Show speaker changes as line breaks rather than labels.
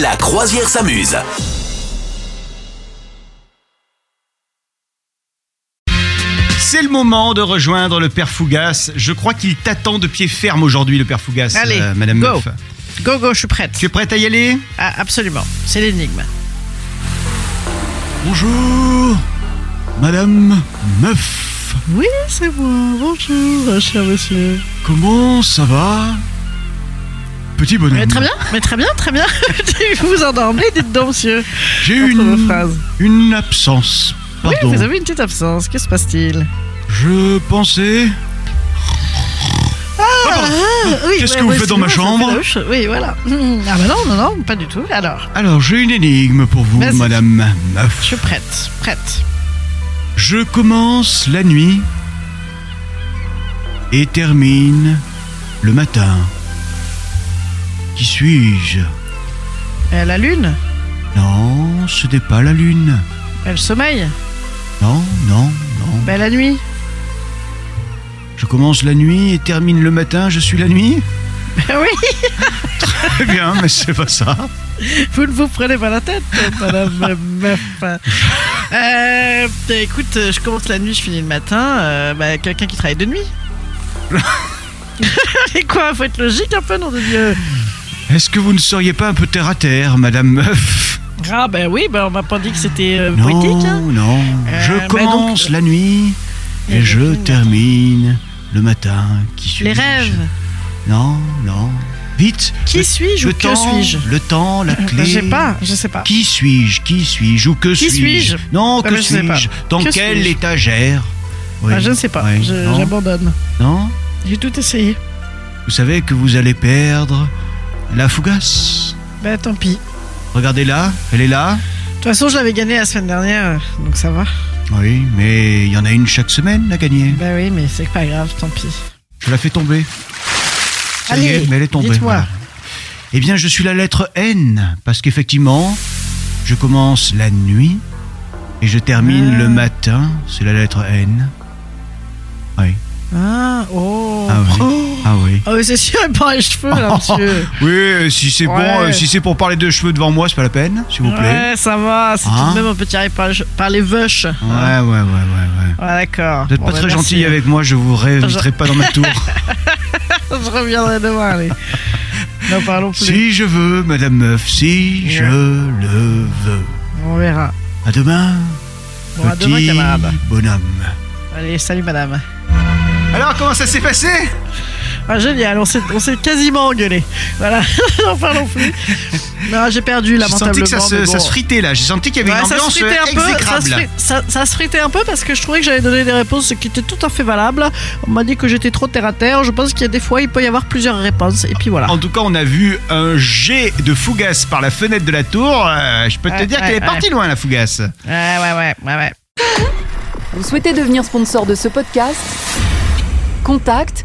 La croisière s'amuse.
C'est le moment de rejoindre le père Fougas. Je crois qu'il t'attend de pied ferme aujourd'hui, le père Fougas,
Allez,
euh, Madame
go.
Meuf.
Go, go, je suis prête.
Tu es prête à y aller
Ah, absolument, c'est l'énigme.
Bonjour, Madame Meuf.
Oui, c'est moi. Bonjour, euh, cher monsieur.
Comment ça va Petit bonhomme.
Mais Euh, très bien, mais très bien, très bien. vous vous endormez, dites donc, monsieur.
J'ai
Entre
eu
vos
une,
phrases.
une absence. Pardon.
Oui, vous avez une petite absence. Que se passe-t-il
Je pensais. Ah, pardon.
oui,
Qu'est-ce que vous faites dans ma
excusez-moi,
chambre
ça fait louche. Oui, voilà. Hmm, Ah bah non, non, non, pas du tout. Alors,
Alors, j'ai une énigme pour vous,
Vas-y.
Madame Meuf.
je suis prête, prête.
Je commence la nuit et termine le matin. Qui suis-je
Euh, la lune,
Non, ce n'est pas la lune.
euh, le sommeil,
Non, non, non.
bah, la nuit.
Je commence la nuit et termine le matin, je suis la nuit
Bah oui,
Eh bien, mais c'est pas ça.
vous ne vous prenez pas la tête, euh, madame meuf. Euh, écoute, je commence la nuit, je finis le matin. Euh, bah, quelqu'un qui travaille de nuit. Mais quoi, faut être logique un peu, nom de Dieu.
Est-ce que vous ne seriez pas un peu terre à terre, Madame Meuf
Ah, bah oui, bah, on m'a pas dit que c'était euh,
Non,
poétique. hein.
non.
Euh, bah
je
donc,
commence la nuit
et
et
je
je
finis le
termine le matin. Qui suis-je
Les rêves.
Non, non. Vite
Qui
le-
suis-je
le
ou que
temps,
suis-je
Le temps, la clé.
Euh, Je sais pas, je sais pas.
Qui suis-je Qui suis-je Ou que
Qui
suis-je
suis-je
Non,
Ah,
que
mais je sais pas.
suis-je Dans
Que
quelle
suis-je
étagère Oui,
Ah, je ne sais pas,
oui,
Je-
non,
j'abandonne.
non
J'ai tout essayé.
Vous savez que vous allez perdre la fougasse.
Bah tant pis.
Regardez-la, elle est là.
De toute façon, je l'avais gagné la semaine dernière, euh, donc ça va.
Oui, mais il y en a une chaque semaine à gagner.
Bah oui, mais c'est pas grave, tant pis.
Je la fais tomber. Ça y est,
Allez,
mais elle est tombée.
dites-moi.
voilà. Eh bien, je suis la lettre N, parce qu'effectivement, je commence la nuit et je termine
Ah.
le matin. C'est la lettre N. Oui.
Ah, oh.
Ah oui.
Oh.
Ah oui.
Ah oui, c'est sûr, il prend les cheveux là, monsieur.
Oui, euh, si c'est bon,
Ouais.
euh, si c'est pour parler de cheveux devant moi, c'est pas la peine, s'il vous plaît.
Ouais, ça va, c'est
Hein
tout de même, on peut tirer par, le- par les veuches.
Ouais, ouais, ouais, ouais, ouais.
Ah, d'accord.
Vous n'êtes
Bon,
pas
bah,
très
merci.
gentil avec moi, je vous réinviterai pas dans ma tour.
je reviendrai demain, allez. N'en parlons plus.
si je veux, Madame Meuf, si je
Ouais.
le veux.
On verra.
À demain,
Bon, à
petit
demain, camarade.
bonhomme.
Allez, salut, madame.
Alors, comment ça s'est passé
Ah, génial, on s'est on s'est quasiment engueulé. Voilà, n'en parlons plus. Non, j'ai perdu,
J'ai
lamentablement.
senti que ça se,
mais bon.
ça se fritait là. J'ai senti qu'il y avait
Ouais,
une
ça, se
ambiance
fritait un peu, ça, se
exécrable.
fri- ça- ça se fritait un peu parce que je trouvais que j'avais donné des réponses qui étaient tout à fait valables. On m'a dit que j'étais trop terre à terre. Je pense qu'il y a des fois, il peut y avoir plusieurs réponses. Et puis voilà.
En tout cas, on a vu un jet de fougasse par la fenêtre de la tour. Euh, je peux te
Ouais,
dire
ouais,
qu'elle est
ouais.
partie loin, la fougasse.
Ouais, ouais, ouais, ouais, ouais.
Vous souhaitez devenir sponsor de ce podcast Contact